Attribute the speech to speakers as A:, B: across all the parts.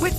A: With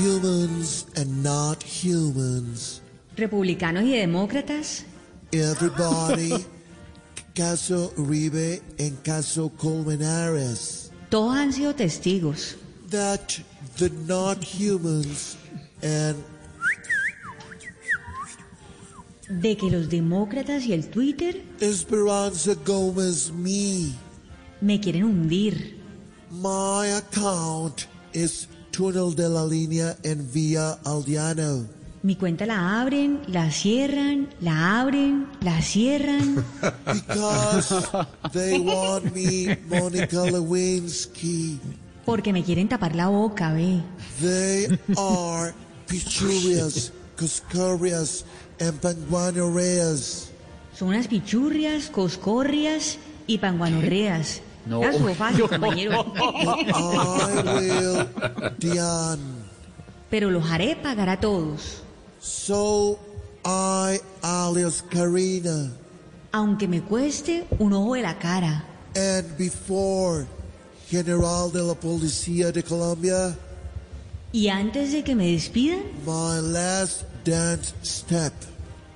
B: Humans and not humans.
C: Republicanos y demócratas,
B: Everybody. caso Uribe and caso Colmenares.
C: todos han sido testigos
B: That the not humans and
C: de que los demócratas y el Twitter
B: Esperanza Gomez me.
C: me quieren hundir.
B: My account is Tunnel de la Línea and Via Aldiano.
C: Mi cuenta la abren, la cierran, la abren, la cierran.
B: Because they want me, Monica Lewinsky.
C: Porque me quieren tapar la boca, ve.
B: They are Pichurias, Cuscurias, and Panguanureas.
C: Son unas pichurrias, coscorrias y panguanorreas. No. Eso fácil, compañero.
B: I will, Dion.
C: Pero los haré pagar a todos.
B: So I, alias Karina.
C: Aunque me cueste un ojo de la cara.
B: And before General de la Policia de Colombia,
C: Y antes de que me despidan,
B: my last dance step.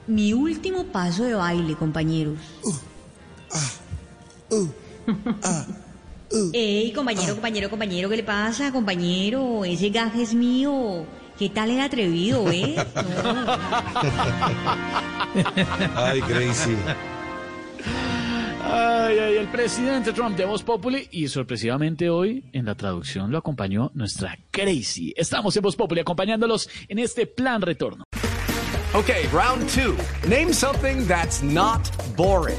C: mi último paso de baile, compañeros. Ey, compañero, compañero, compañero, ¿qué le pasa, compañero? Ese gaje es mío. ¿Qué tal el atrevido, eh? No.
D: Ay, Gracie.
E: Ay, ay, el presidente Trump de Voz Populi y sorpresivamente hoy en la traducción lo acompañó nuestra Crazy. Estamos en Voz Populi acompañándolos en este plan retorno.
F: Okay, round two. Name something that's not boring.